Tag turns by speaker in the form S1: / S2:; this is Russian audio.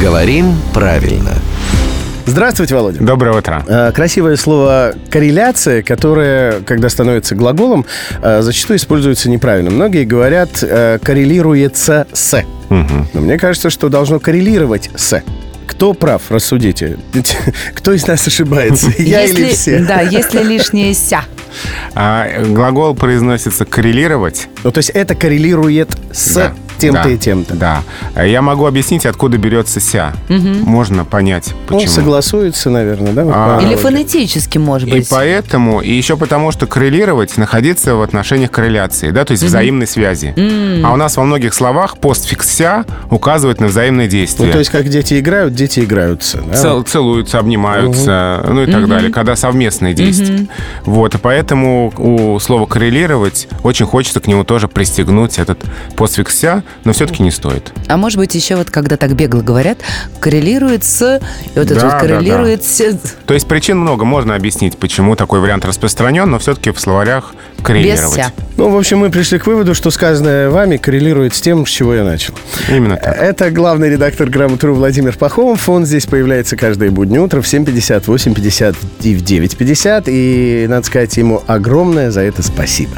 S1: Говорим правильно.
S2: Здравствуйте, Володя.
S3: Доброе утро.
S2: Э, Красивое слово «корреляция», которое, когда становится глаголом, э, зачастую используется неправильно. Многие говорят э, «коррелируется с». Но мне кажется, что должно коррелировать «с». Кто прав, рассудите. Кто из нас ошибается, я
S4: Если-
S2: или все?
S4: Да, если лишнее ся.
S3: А, э, глагол произносится коррелировать.
S2: Ну, то есть это коррелирует с
S3: Да,
S2: тем-то
S3: да,
S2: и тем-то.
S3: Да. Э, Я могу объяснить, откуда берется ся. Можно понять,
S2: Ну,
S3: почему.
S2: согласуется, наверное, да? вот
S3: А.
S2: по
S4: Или
S2: аналогии.
S4: фонетически, может
S3: И
S4: быть.
S3: поэтому, и еще потому, что коррелировать находиться в отношениях корреляции, да, то есть взаимной связи. А у нас во многих словах постфикс «ся» указывает на взаимное действие.
S2: Ну, то есть, как дети играют, дети играются. да?
S3: Цел- целуются, обнимаются, ну и так далее, когда совместные действия. Вот, и поэтому у слова «коррелировать» очень хочется к нему тоже пристегнуть этот постфикс «ся», но все-таки не стоит.
S4: А может быть, еще вот когда так бегло говорят, коррелирует с... И вот это
S3: Да,
S4: вот
S3: да,
S4: коррелирует с...
S3: То есть причин много, можно объяснить, почему такой вариант распространен, но все-таки в словарях
S4: Без
S3: «коррелировать».
S4: ся.
S2: Ну, в общем, мы пришли к выводу, что сказанное вами коррелирует с тем, с чего я начал.
S3: Именно так.
S2: Это главный редактор «Грамотру» Владимир Пахомов. Он здесь появляется каждое буднее утро в 7.50, 8.50 и в 9.50. И, надо сказать, ему огромное за это спасибо.